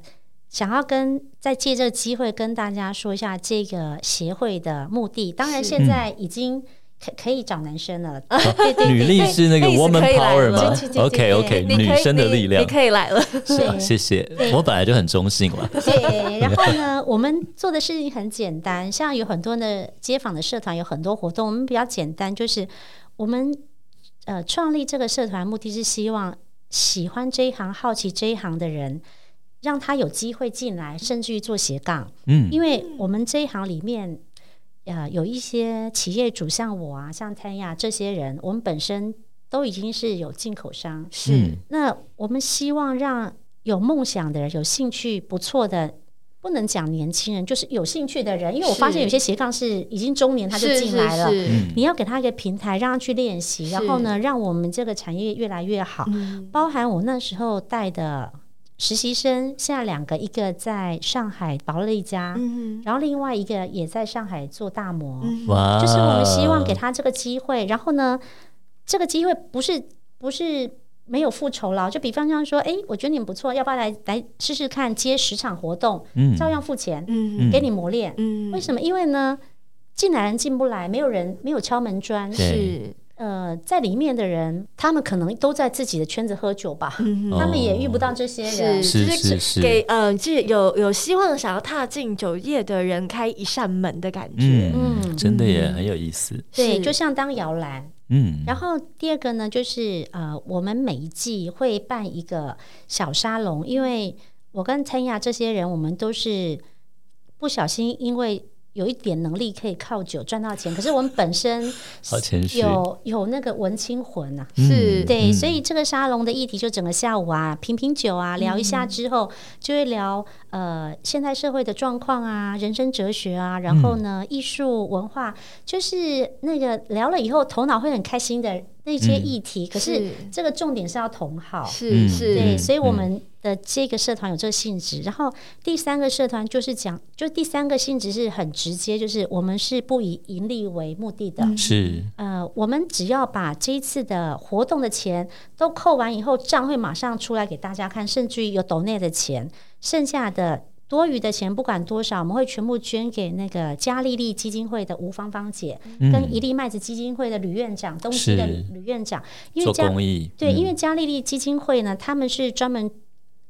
想要跟再借这个机会跟大家说一下这个协会的目的。当然，
是
现在已经可可以找男生了， [laughs]
女力是那个
可以
woman
哎可以来
power
了
吗
对对对
？OK
对
OK，
你
女
可以
生的
你
力量
你，可以来了，
是啊，谢谢。我本来就很中性了，
对，然后呢，我们做的事情很简单，像有很多的街坊的社团有很多活动，我们比较简单，就是我们呃创立这个社团目的是希望喜欢这一行、好奇这一行的人。让他有机会进来，甚至于做斜杠，
嗯
因为我们这一行里面，呃，有一些企业主，像我啊，像谭雅这些人，我们本身都已经是有进口商，
是
嗯，
那我们希望让有梦想的人、有兴趣、不错的，不能讲年轻人，就是有兴趣的人，因为我发现
是
有些斜杠是已经中年他就是进来了。
是是
嗯
你要给他一个平台，让他去练习，然后呢，让我们这个产业越来越好。
嗯
包含我那时候带的实习生，现在两个，一个在上海保利家，
嗯
然后另外一个也在上海做大模。
嗯
哇，
就是我们希
啊
望给他这个机会，然后呢，这个机会不是不是没有付酬劳，就比方像说，哎，我觉得你们不错，要不要来来试试看接十场活动，
嗯
照样付钱，
嗯
给你磨练。
嗯
为什么？因为呢，进来人进不来，没有人没有敲门砖，
对
是
呃，在里面的人，他们可能都在自己的圈子喝酒吧，
嗯
哦
他们也遇不到这些人。
是
就是
是
给呃，就是有有希望想要踏进酒业的人开一扇门的感觉。
嗯，
嗯
真的也很有意思，
对，
是
就像当摇篮，
嗯，
然后第二个呢，就是呃，我们每一季会办一个小沙龙，因为我跟参亚这些人，我们都是不小心因为有一点能力可以靠酒赚到钱，可是我们本身
好谦虚，
有有那个文青魂啊呐、
嗯
是
对，
嗯
所以这个沙龙的议题就整个下午啊，品品酒啊，聊一下之后，就会聊呃现代社会的状况啊，人生哲学啊，然
嗯
后呢，艺术文化，就是那个聊了以后，头脑会很开心的那些议题。可是这个重点是要同好，
是
嗯
是
对，
嗯
所以我们的这个社团有这个性质。然后第三个社团就是讲，就第三个性质是很直接，就是我们是不以盈利为目的的。
是
呃，我们只要把这一次的活动的钱都扣完以后，账会马上出来给大家看，甚至于有抖内的钱，剩下的多余的钱不管多少，我们会全部捐给那个嘉利利基金会的吴芳芳姐，跟一粒麦子基金会的吕院长，东西的
是
吕院长，因为
做
嘉
公益，嗯
对，因
为
为嘉利利基金会呢，他们是专门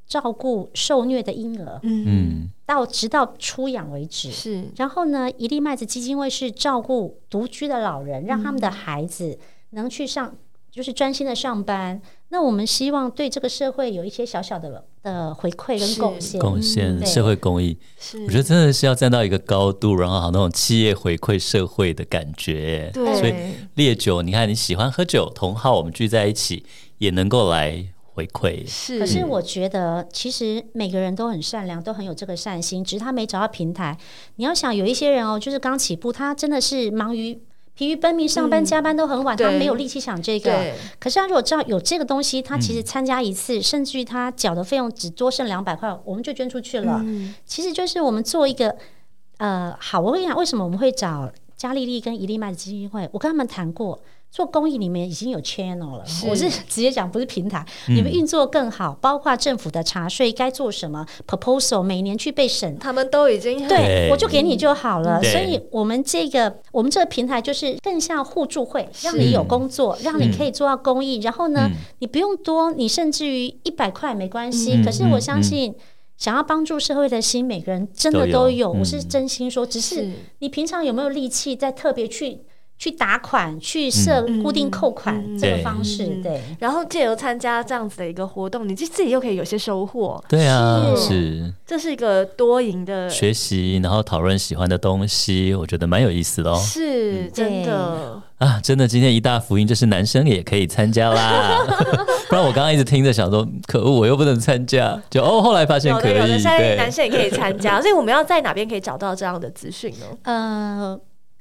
照顾受虐的婴儿，
嗯
到直到出养为止，
是
然后呢，一粒麦子基金会是照顾独居的老人，让他们的孩子能去上，就是专心的上班。那我们希望对这个社会有一些小小的的回馈跟
是
贡献。
贡献
对嗯
社会公益，
是，
我觉得真的是要站到一个高度，然后好那种企业回馈社会的感觉。
对，
所以烈酒，你看你喜欢喝酒，同好我们聚在一起也能够来回馈，
是
可是我觉得，其实每个人都很善良，都很有这个善心，只是他没找到平台。你要想，有一些人哦，就是刚起步，他真的是忙于疲于奔命，上班、
嗯
加班都很晚，
对
他没有力气想这个。
对
可是他如果知道有这个东西，他
嗯
其实参加一次，甚至于他缴的费用只多剩两百块，我们就捐出去了。
嗯
其实就是我们做一个呃，好，我跟你讲，为什么我们会找嘉利利跟一粒麦基金会？我跟他们谈过，做公益里面已经有 channel 了，
是嗯
我是直接讲，不是平台，你们运作更好，包括政府的查税该做什么 proposal，每年去被审。
他们都已经很
对
对，嗯
我就给你就好了。
对
所以，我们这个我们这个平台就是更像互助会，让你有工作，让你可以做到公益。然后呢，
嗯
你不用多，你甚至于一百块没关系。
嗯
可是我相信，想要帮助社会的心，每个人真的
都
都
有
有。
嗯
我是真心说，只
是
是你平常有没有力气再特别去去打款、去设
嗯
固定扣款、
嗯
这个
对
方式，
嗯
对。
然后借由参加这样子的一个活动，你自自己又可以有些收获，
对啊，
是
是
这是一个多赢的，
学习，然后讨论喜欢的东西，我觉得蛮有意思的哦。
是真的。
啊，真的，今天一大福音就是男生也可以参加啦。
[laughs]
不然我刚刚一直听着想说，可恶，我又不能参加。就哦，后来发现
有
可
的有的，
以，
现在男
对，
生也可以参加，所以我们要在哪边可以找到这样的资讯呢？
呃，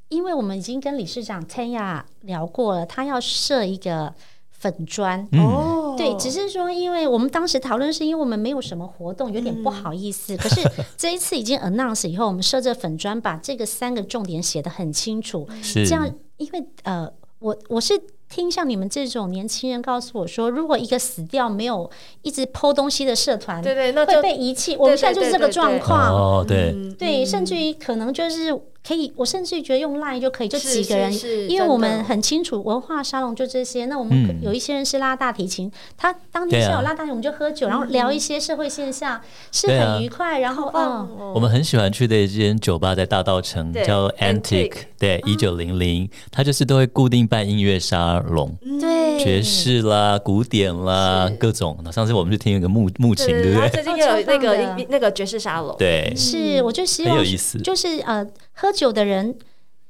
因为我们已经跟理事长 Tanya 聊过了，他要设一个粉砖。
嗯，
哦
对，只是说，因为我们当时讨论是因为我们没有什么活动，有点不好意
[laughs]
思。可是这一次已经 announce 以后，我们设这粉砖，把这个三个重点写得很清楚。
嗯
是
这样，因为呃，我我是听像你们这种年轻人告诉我说，如果一个死掉没有一直剖东西的社团，
对对，那就
会被遗弃。我们现在就是这个状况。
哦，对，
嗯
对，甚至于可能就是可以，我甚至于觉得用 Line 就可以，就是几个人
是是，
因为我
真
们
的哦
很清楚文化沙龙就这些。那我们可
嗯
有一些人是拉大提琴，他当天
对啊
下午拉大提琴，我们就喝酒，然后
嗯
聊一些社会现象，是
对啊
很愉快。然后
棒
嗯，
哦
我们很喜欢去的一间酒吧在大道城，
对
叫
Antique 啊
Antique，对，一九零零，它就是都会固定办音乐沙龙，
嗯
对，
爵士啦、古典啦
是
各种。上次我们去听一个木木琴，
对
对不
他最
对？
近又有那
哦超
个
棒的
那个爵士沙龙，
对，
是，我就希
很
望
有意思。
就是呃，喝酒的人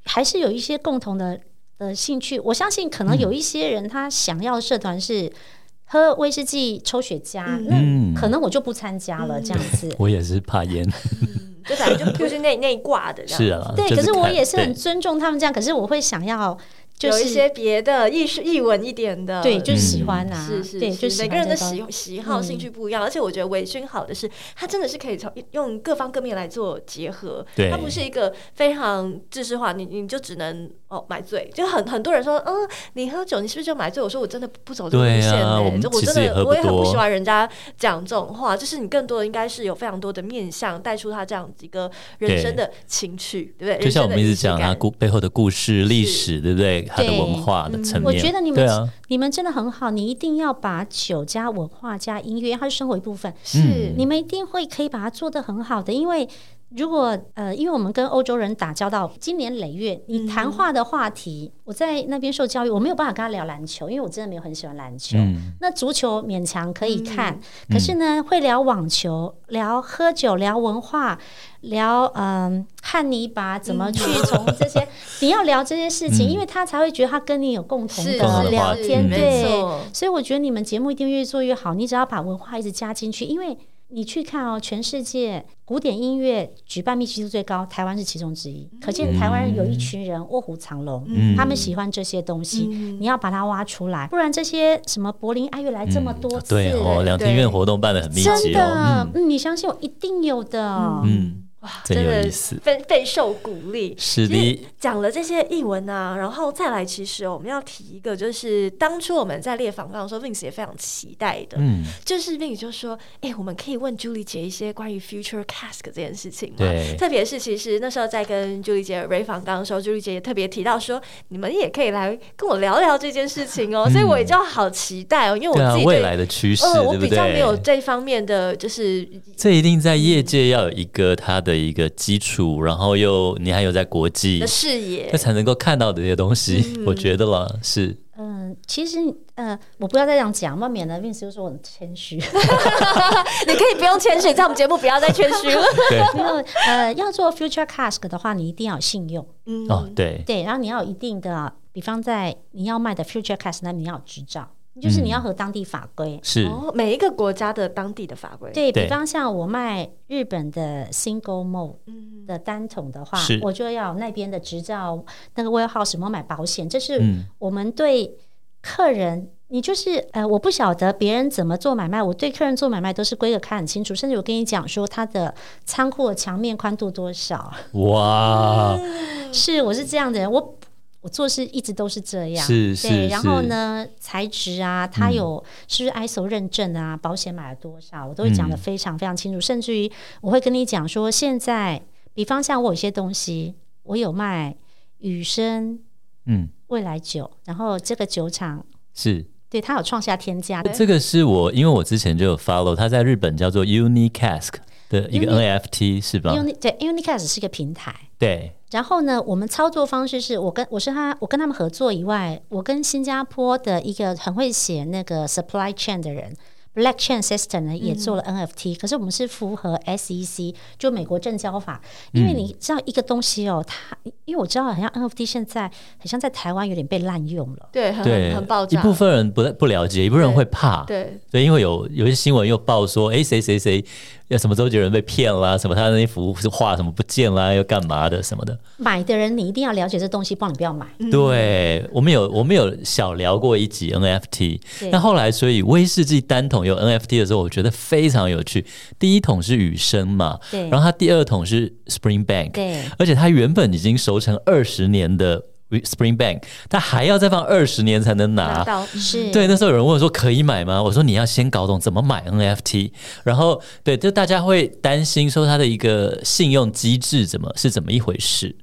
还是有一些共同的的兴趣。我相信可能有一些人他想要的社团是喝威士忌、抽雪茄，
嗯
那可能我就不参加
嗯
了这样子。
[laughs] 我也是
[laughs]
怕烟，
就反正就不是
[laughs]
那那一挂的这样，
是啊，
对，
就
可是我
看
也是
对
很尊重他们这样，可是我会想要就
有
是
一些别的艺术艺文一点的，
对，就是喜
嗯
欢啊，
呃是是
对，就是喜
每个
欢
人的
这嗯
喜
个
喜好、兴趣不一样，而且我觉得微醺好的是，它真的是可以从用各方各面来做结合，
对
它不是一个非常知识化，你你就只能哦买醉，就很很多人说，嗯，你喝酒你是不是就买醉？我说我真的不走这个路
对啊
线、欸，
我们
就我
其
真
实也喝
的
不
我也很不
多
喜欢人家讲这种话，就是你更多的应该是有非常多的面向带出他这样一个人
对
生的情趣，对不对？
就像我们一直
人生的
讲
仪式
啊，
感
故背后的故事、历史，对不对？它的
对
文化的层面，
我觉得你们
对啊，
你们真的很好，你一定要把酒加文化加音乐，它是生活一部分。
是、
嗯
你们一定会可以把它做得很好的，因为如果呃，因为我们跟欧洲人打交道，今年累月，
嗯
你谈话的话题，我在那边受教育，我没有办法跟他聊篮球，因为我真的没有很喜欢篮球。
嗯，
那足球勉强可以看，可是呢，会聊网球、聊喝酒、聊文化、聊嗯汉尼拔怎么去
嗯
从这
[laughs]
些，你要聊这些事情，因为他才会觉得他跟你有共同
是
嗯同的
的聊
话题
天，
嗯
没
对，
错。
所以我觉得你们节目一定越做越好，你只要把文化一直加进去，因为你去看哦，全世界古典音乐举办密集度最高，台湾是其中之一，可见台湾人有一群人卧虎藏龙，
嗯
他们喜欢这些东西，你要把它挖出来，不然这些什么柏林爱乐嗯来这么多次，欸
对哦，两厅院活动办的很密
真
集
的
哦，，
嗯，你相信我，一定有的，
嗯，真有意思，
备备受鼓励。
是
其
的
实，讲了这些译文啊，然后再来，其实我们要提一个，就是当初我们在列访纲的时候，Vince 也非常期待的，
嗯，
就是 Vince 就说：“哎、我们可以问 Julie 姐一些关于 Future Cask 这件事情吗？”
对
特别是其实那时候在跟 Julie 姐 Ray 访纲的时候，Julie 姐也特别提到说，你们也可以来跟我聊聊这件事情哦，所以我也就好期待哦，因为
对
我
啊，
自己
未
对。
来的趋势，
呃，我
对不
比较没有
对？
这方面的，就是
这一定在业界要有一个它的一个基础，然后又你还有在国际
的，视野 [laughs]
这。才能够看到的这些东西，我觉得了，是
嗯，其实呃，我不要再这样讲，嘛，免得 Vince 就说我很
[laughs]
谦虚。
你可以不用谦虚，在我们节目不要再谦虚了。
对，
没有，呃，要做 future cask 的话，你一定要有信用，
哦，
嗯
对，
对，然后你要有一定的，比方在你要卖的 future cask，那你要有执照，就是
嗯
你要合当地法规。
是，
哦，每一个国家的当地的法规，
对
对
比方像我卖日本的 single mode 的单桶的话
是，
我就要有那边的执照，那个 warehouse 有没有买保险，这是
嗯
我们对客人。你就是呃，我不晓得别人怎么做买卖，我对客人做买卖都是规格看很清楚，甚至我跟你讲说他的仓库的墙面宽度多少，
哇，
是，我是这样的人，我我做事一直都是这样。
是是
对，然后
是嗯
呢，材质啊，它有是不是 ISO 认证啊，保险买了多少，我都会讲的非常非常
嗯
清楚，甚至于我会跟你讲说，现在，比方像我有些东西，我有卖雨生
嗯，
未来酒，然后这个酒厂
是。
对它有创下天价，
哎
这个是我，因为我之前就有 follow，它在日本叫做 Unicask 的一个 NFT 是吧？
Uni 对 Unicast 是一个平台，
对，
然后呢，我们操作方式是我跟我是他，我跟他们合作以外，我跟新加坡的一个很会写那个 supply chain 的人。Black Chain System 呢也做了 NFT，、可是我们是符合 SEC，就美国证交法。因为你知道一个东西哦，它因为我知道好像 NFT 现在好像在台湾有点被滥用了。
对，很
对，
很很爆
一
炸，
部分人不不了解，一部分人会怕，
对
所以因为有有些新闻又报说，哎，谁谁谁，要什么周杰伦被骗啦，什么他的那些服务是画什么不见啦，又干嘛的什么的。
买的人你一定要了解这东西，不然你不要买。
嗯对我们有我们有小聊过一集 NFT，
对
那后来所以威士忌单桶有 NFT 的时候，我觉得非常有趣。第一桶是雨生嘛，
对
然后它第二桶是 Spring Bank，
对
而且它原本已经熟成二十年的 Spring Bank，它还要再放二十年才能
拿到
是，
对，那时候有人问我说可以买吗？我说你要先搞懂怎么买 NFT，然后对，就大家会担心说它的一个信用机制怎么是怎么一回事。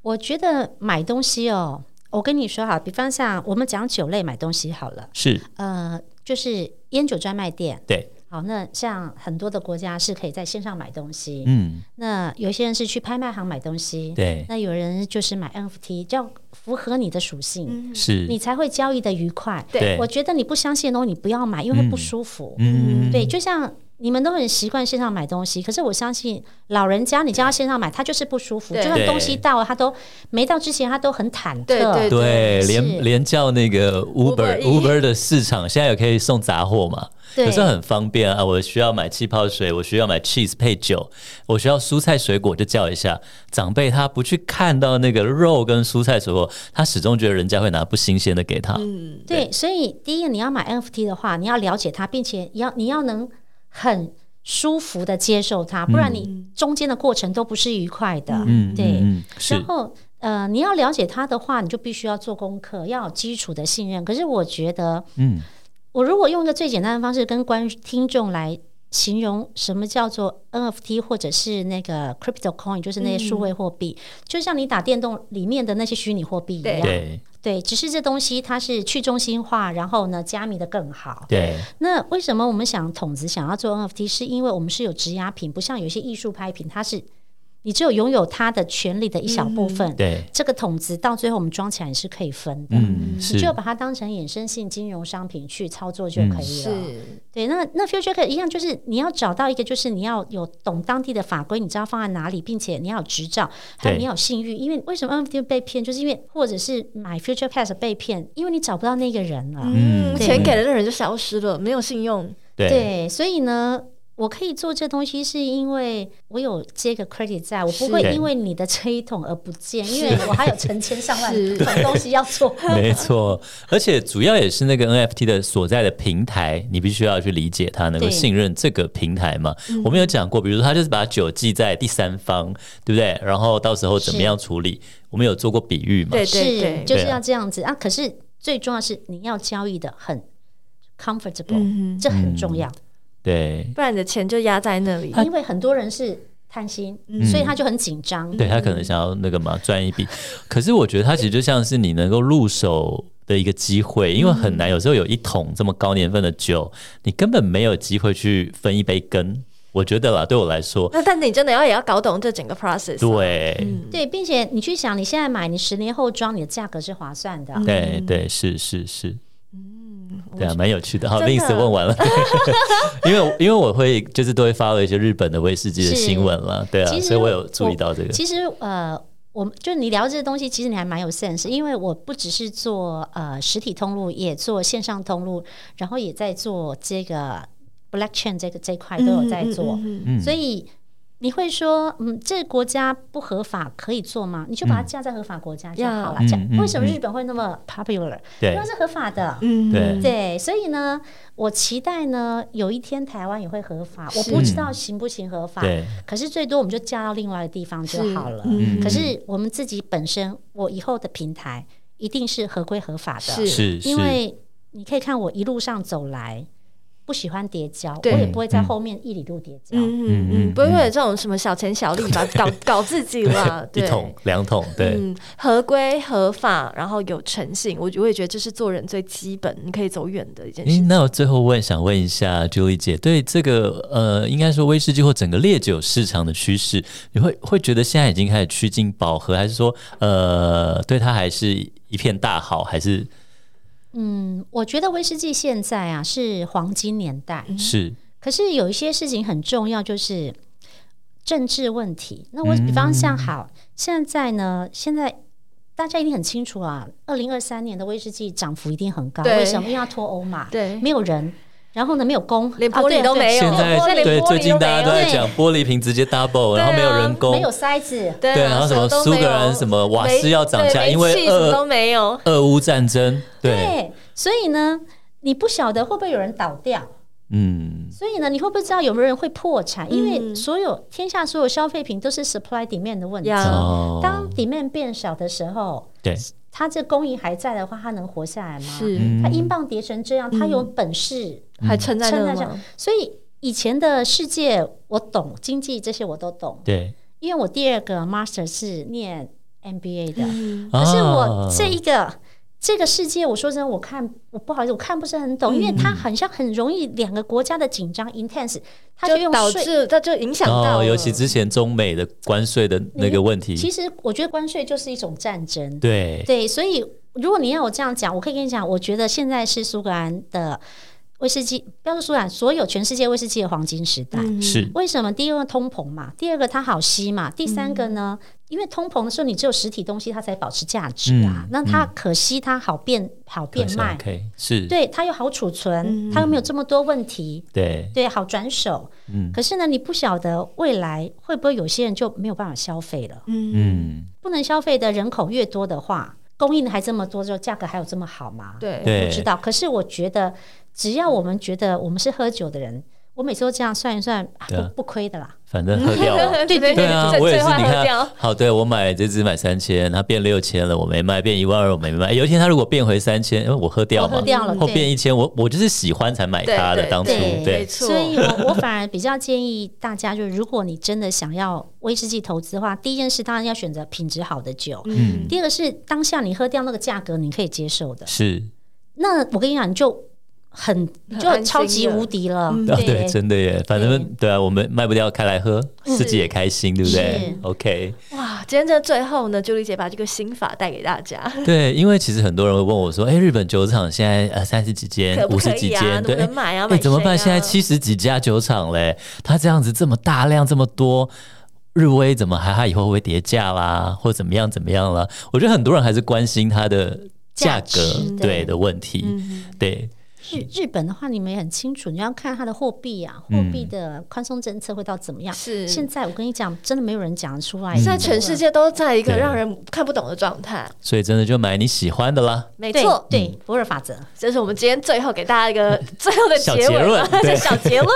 我觉得买东西哦，我跟你说哈，比方像我们讲酒类买东西好了，
是
呃，就是烟酒专卖店。
对，
好，那像很多的国家是可以在线上买东西，
嗯，
那有些人是去拍卖行买东西，
对，
那有人就是买 NFT，就要符合你的属性，
是
你，才会交易的愉快。
嗯对
对
我，觉得你不相信的东西你不要买，因为会不
嗯
舒服。
嗯，
对，就像你们都很习惯线上买东西，可是我相信老人家，你叫他线上买，他就是不舒服。就
对
算
对
东西到了，他都没到之前，他都很忐忑。
对对
[laughs]
对，
是
连连叫那个
Uber
Uber
Eats
Uber 的市场现在也可以送杂货嘛，
对
有时候很方便啊。我需要买气泡水，我需要买 cheese 配酒，我需要蔬菜水果就叫一下。长辈他不去看到那个肉跟蔬菜水果，他始终觉得人家会拿不新鲜的给他。
嗯，
对所以第一个你要买 NFT 的话，你要了解它，并且要你要能很舒服的接受它，不然你中间的过程都不是愉快的。
嗯，
对。
嗯嗯是
然后呃，你要了解它的话，你就必须要做功课，要有基础的信任。可是我觉得，
嗯，
我如果用一个最简单的方式跟观听众来形容什么叫做 NFT 或者是那个 crypto coin，就是那些数
嗯
位货币，就像你打电动里面的那些虚拟货币一样，
对
对只是这东西它是去中心化，然后呢加密的更好。
对
那为什么我们想筒子想要做 NFT，是因为我们是有质押品，不像有一些艺术拍品，它是你只有拥有它的权利的一小部分。
嗯对，
这个筒子到最后我们装起来是可以分的，
嗯
你
是嗯
只有把它当成衍生性金融商品去操作就可以了。
是
对，那那 future c a 一样，就是你要找到一个，就是你要有懂当地的法规，你知道放在哪里，并且你要有执照，还有
对
你要有信誉。因为为什么 NFT 被骗，就是因为或者是买 future pass 被骗，因为你找不到那个人了。
嗯，
对
钱给了那人就消失了，没有信用，
对
对，所以呢，我可以做这东西，是因为我有这个 credit 在，我不
是
会
对
因为你的这一桶而不见，因为我还有成千上万
是
桶东西要做。
没错，而且主要也是那个 NFT 的所在的平台，你必须要去理解它，能够
对
信任这个平台嘛。我们有讲过，比如说他就是把酒寄在第三方，对不对？然后到时候怎么样处理，我们有做过比喻嘛？
对对
是，
对，
就是
对啊
要这样子啊。可是最重要是你要交易的很 comfortable，、
嗯
这很重要，
对，
不然你的钱就压在那里，
因为很多人是贪心，
嗯
所以他就很紧张。
对他可能想要那个嘛赚一笔，可是我觉得他其实就像是你能够入手的一个机会，因为很难，有时候有一桶这么高年份的酒，你根本没有机会去分一杯羹。我觉得啦，对我来说，
那但你真的要也要搞懂这整个 process，啊，
对。
对，并且你去想，你现在买，你十年后装，你的价格是划算的。
对对，是是是。对啊，蛮有趣的。好
真的
，Vince 问完了， [laughs] 因为因为我会就是都会发了一些日本的威士忌的新闻了，对啊
其，实
所以我有注意到这个。
其实呃。我们就你聊这些东西，其实你还蛮有 sense，因为我不只是做呃实体通路，也做线上通路，然后也在做这个 black chain 这个这一块都有在做。
嗯嗯嗯
嗯
所以你会说，嗯，这个国家不合法可以做吗？你就把它架在合法国家就好了。
嗯
这
嗯嗯
样为什么日本会那么 popular？因为
对
它是合法的。
嗯
对
对，所以呢，我期待呢，有一天台湾也会合法。我
是
不知道行不行合法，
对，
可是最多我们就架到另外的地方就好了。
嗯
可是我们自己本身，我以后的平台一定是合规合法的。
是
是是
因为你可以看我一路上走来，不喜欢叠加，我
对
也不会
嗯
在后面一里路叠加。
嗯嗯嗯，不会为了这种什么小钱小利
[laughs]
吧，搞搞自己啦，
一
啊对。
桶两桶，对，
嗯，合规合法，然后有诚信，我我也觉得这是做人最基本，你可以走远的一件事
诶，
情。
那我最后问，想问一下 Julie 姐，对这个呃，应该说威士忌或整个烈酒市场的趋势，你会会觉得现在已经开始趋近饱和，还是说呃，对它还是一片大好，还是
嗯，我觉得威士忌现在啊是黄金年代，
嗯
是
可是有一些事情很重要，就是政治问题。那
嗯
我比方像好，现在呢，现在大家一定很清楚啊，二零二三年的威士忌涨幅一定很高，
对
为什么？因为要脱欧嘛，
对，
没有人，然后呢没有工，
连
啊
玻璃
对
都没有
现在
玻璃
对
玻璃
最
都
近
没
大家
有
都在
对
讲玻璃瓶直接 double，然后没有人
对啊
工
没有，塞子。
对
对，
啊
然后什么
么都
苏
没
格兰
有
什么瓦
煤
斯要涨
对
价，
煤
因为
气什么都
俄
没有。
俄乌战争，对，
对，所以呢，你不晓得会不会有人倒掉，
嗯，
所以呢，你会不知道有没有人会破产，因为
嗯
所有天下所有消费品都是 supply demand 的问题。
呀
哦，
呃当 demand 变少的时候，
对，
它这工艺还在的话，它能活下来吗？
是，嗯
嗯
它英镑跌成这样，它有本事，
还撑在
撑
那
在这
吗？
所以以前的世界我懂，经济这些我都懂，
对，
因为我第二个 master 是念 MBA 的，
嗯
可是我
啊
这一个、这个世界，我说真的，我看我不好意思，我看不是很
嗯
懂，因为它很像很容易两个国家的紧张 intense，它就
就
用
导
税。
致这就影响到
哦，
了，
尤其之前中美的关税的那个问题，
其实我觉得关税就是一种战争，
对，
对，所以如果你要我这样讲，我可以跟你讲，我觉得现在是苏格兰的威士忌，不要说苏格兰，所有全世界威士忌的黄金时代。
嗯
是
为什么？第一个通膨嘛，第二个它好吸嘛，第三个
嗯
呢？因为通膨的时候，你只有实体东西它才保持价值啊，
嗯
那它可惜它好变好变卖，
，OK，是，
对，它又好储
嗯
存，它又没有这么多问题，
对，
对，好转手。
嗯
可是呢，你不晓得未来会不会有些人就没有办法消费了。
嗯，
不能消费的人口越多的话，供应还这么多，就价格还有这么好吗？，
对
对
不知道。可是我觉得，只要我们觉得我们是喝酒的人，我每次都这样算一算，啊
对啊
不不亏的啦。
反正喝掉
[laughs]
了。
对
[laughs]
对
对啊，
最
我也
最
是。
坏
你
喝掉
看，好，对我买这只买三千，它变六千了，我没卖；变一万二我没卖。诶哎有一天它如果变回三千，因为我喝掉
我
嘛
喝，掉了
或
对
变一千，我我就是喜欢才买它的。
对
当初
对
没
对，
错
所以我我反而比较建议大家，就是如果你真的想要威士忌投资的话，第一件事当然要选择品质好的酒。
嗯
第二个是当下你喝掉那个价格你可以接受的，
是
那我跟你讲，你就很你
很
就
安
超
心
级
了
无敌了，
嗯
啊，对，真的耶。反正
对
对啊，我们卖不掉，开来喝，自己也开心，对不对
是
？OK，
哇！今天这最后呢，朱丽姐把这个心法带给大家， [laughs]
对，因为其实很多人会问我说，哎，日本酒厂现在呃三十几间
可、不
五十
可
几
以啊？
间，
能
对，
不
诶
能买啊？
哎、
买
怎么
谁
办？
啊
现在七十几家酒厂嘞，它这样子这么大量这么多，日威怎么还它以后会不会跌价啦，或怎么样怎么样啦？我觉得很多人还是关心它的价
价
格
值对
对的问题，
嗯
对
日日本的话，你们也很清楚，你要看它的货币啊，货币的宽松政策会到怎么样。
是
现在我跟你讲，真的没有人讲得出来。
现在全世界都在一个
对
让人看不懂的状态，
所以真的就买你喜欢的啦。
没
对
错，
对博尔法则。
这是我们今天最后给大家一
[laughs]
个最后的
小
结尾了 [laughs]
结论对
这小结论。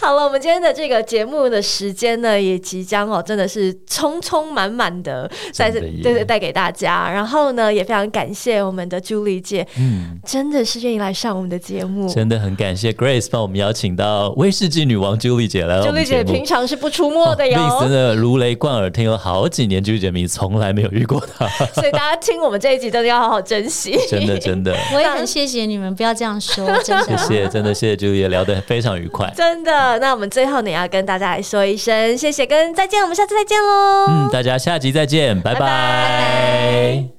好了，我们今天的这个节目的时间呢，也即将哦，真的是匆匆满满的，再次
真的耶
对对带给大家。然后呢，也非常感谢我们的朱莉姐，
嗯，
真的是愿意来上我们的节目。
真的很感谢 Grace 帮我们邀请到威士忌女王 Julie 姐来到
朱
我
莉
们节
姐
目。
平常是不出没的哟。 [laughs]
哦，Vince 真的如雷贯耳，听了好几年 Julie 姐迷，从来没有遇过她，
所以大家听我们这一集真的要好好珍惜。
[laughs] 真的真的，
我也很谢谢你们，不要这样说，真
谢
的。
谢，真的谢谢 Julie 姐聊得非常愉
[laughs]
快。
真的，那我们最后呢，也要跟大家来说一声谢谢跟再见，我们下次再见喽。
嗯，大家下集再见，拜拜。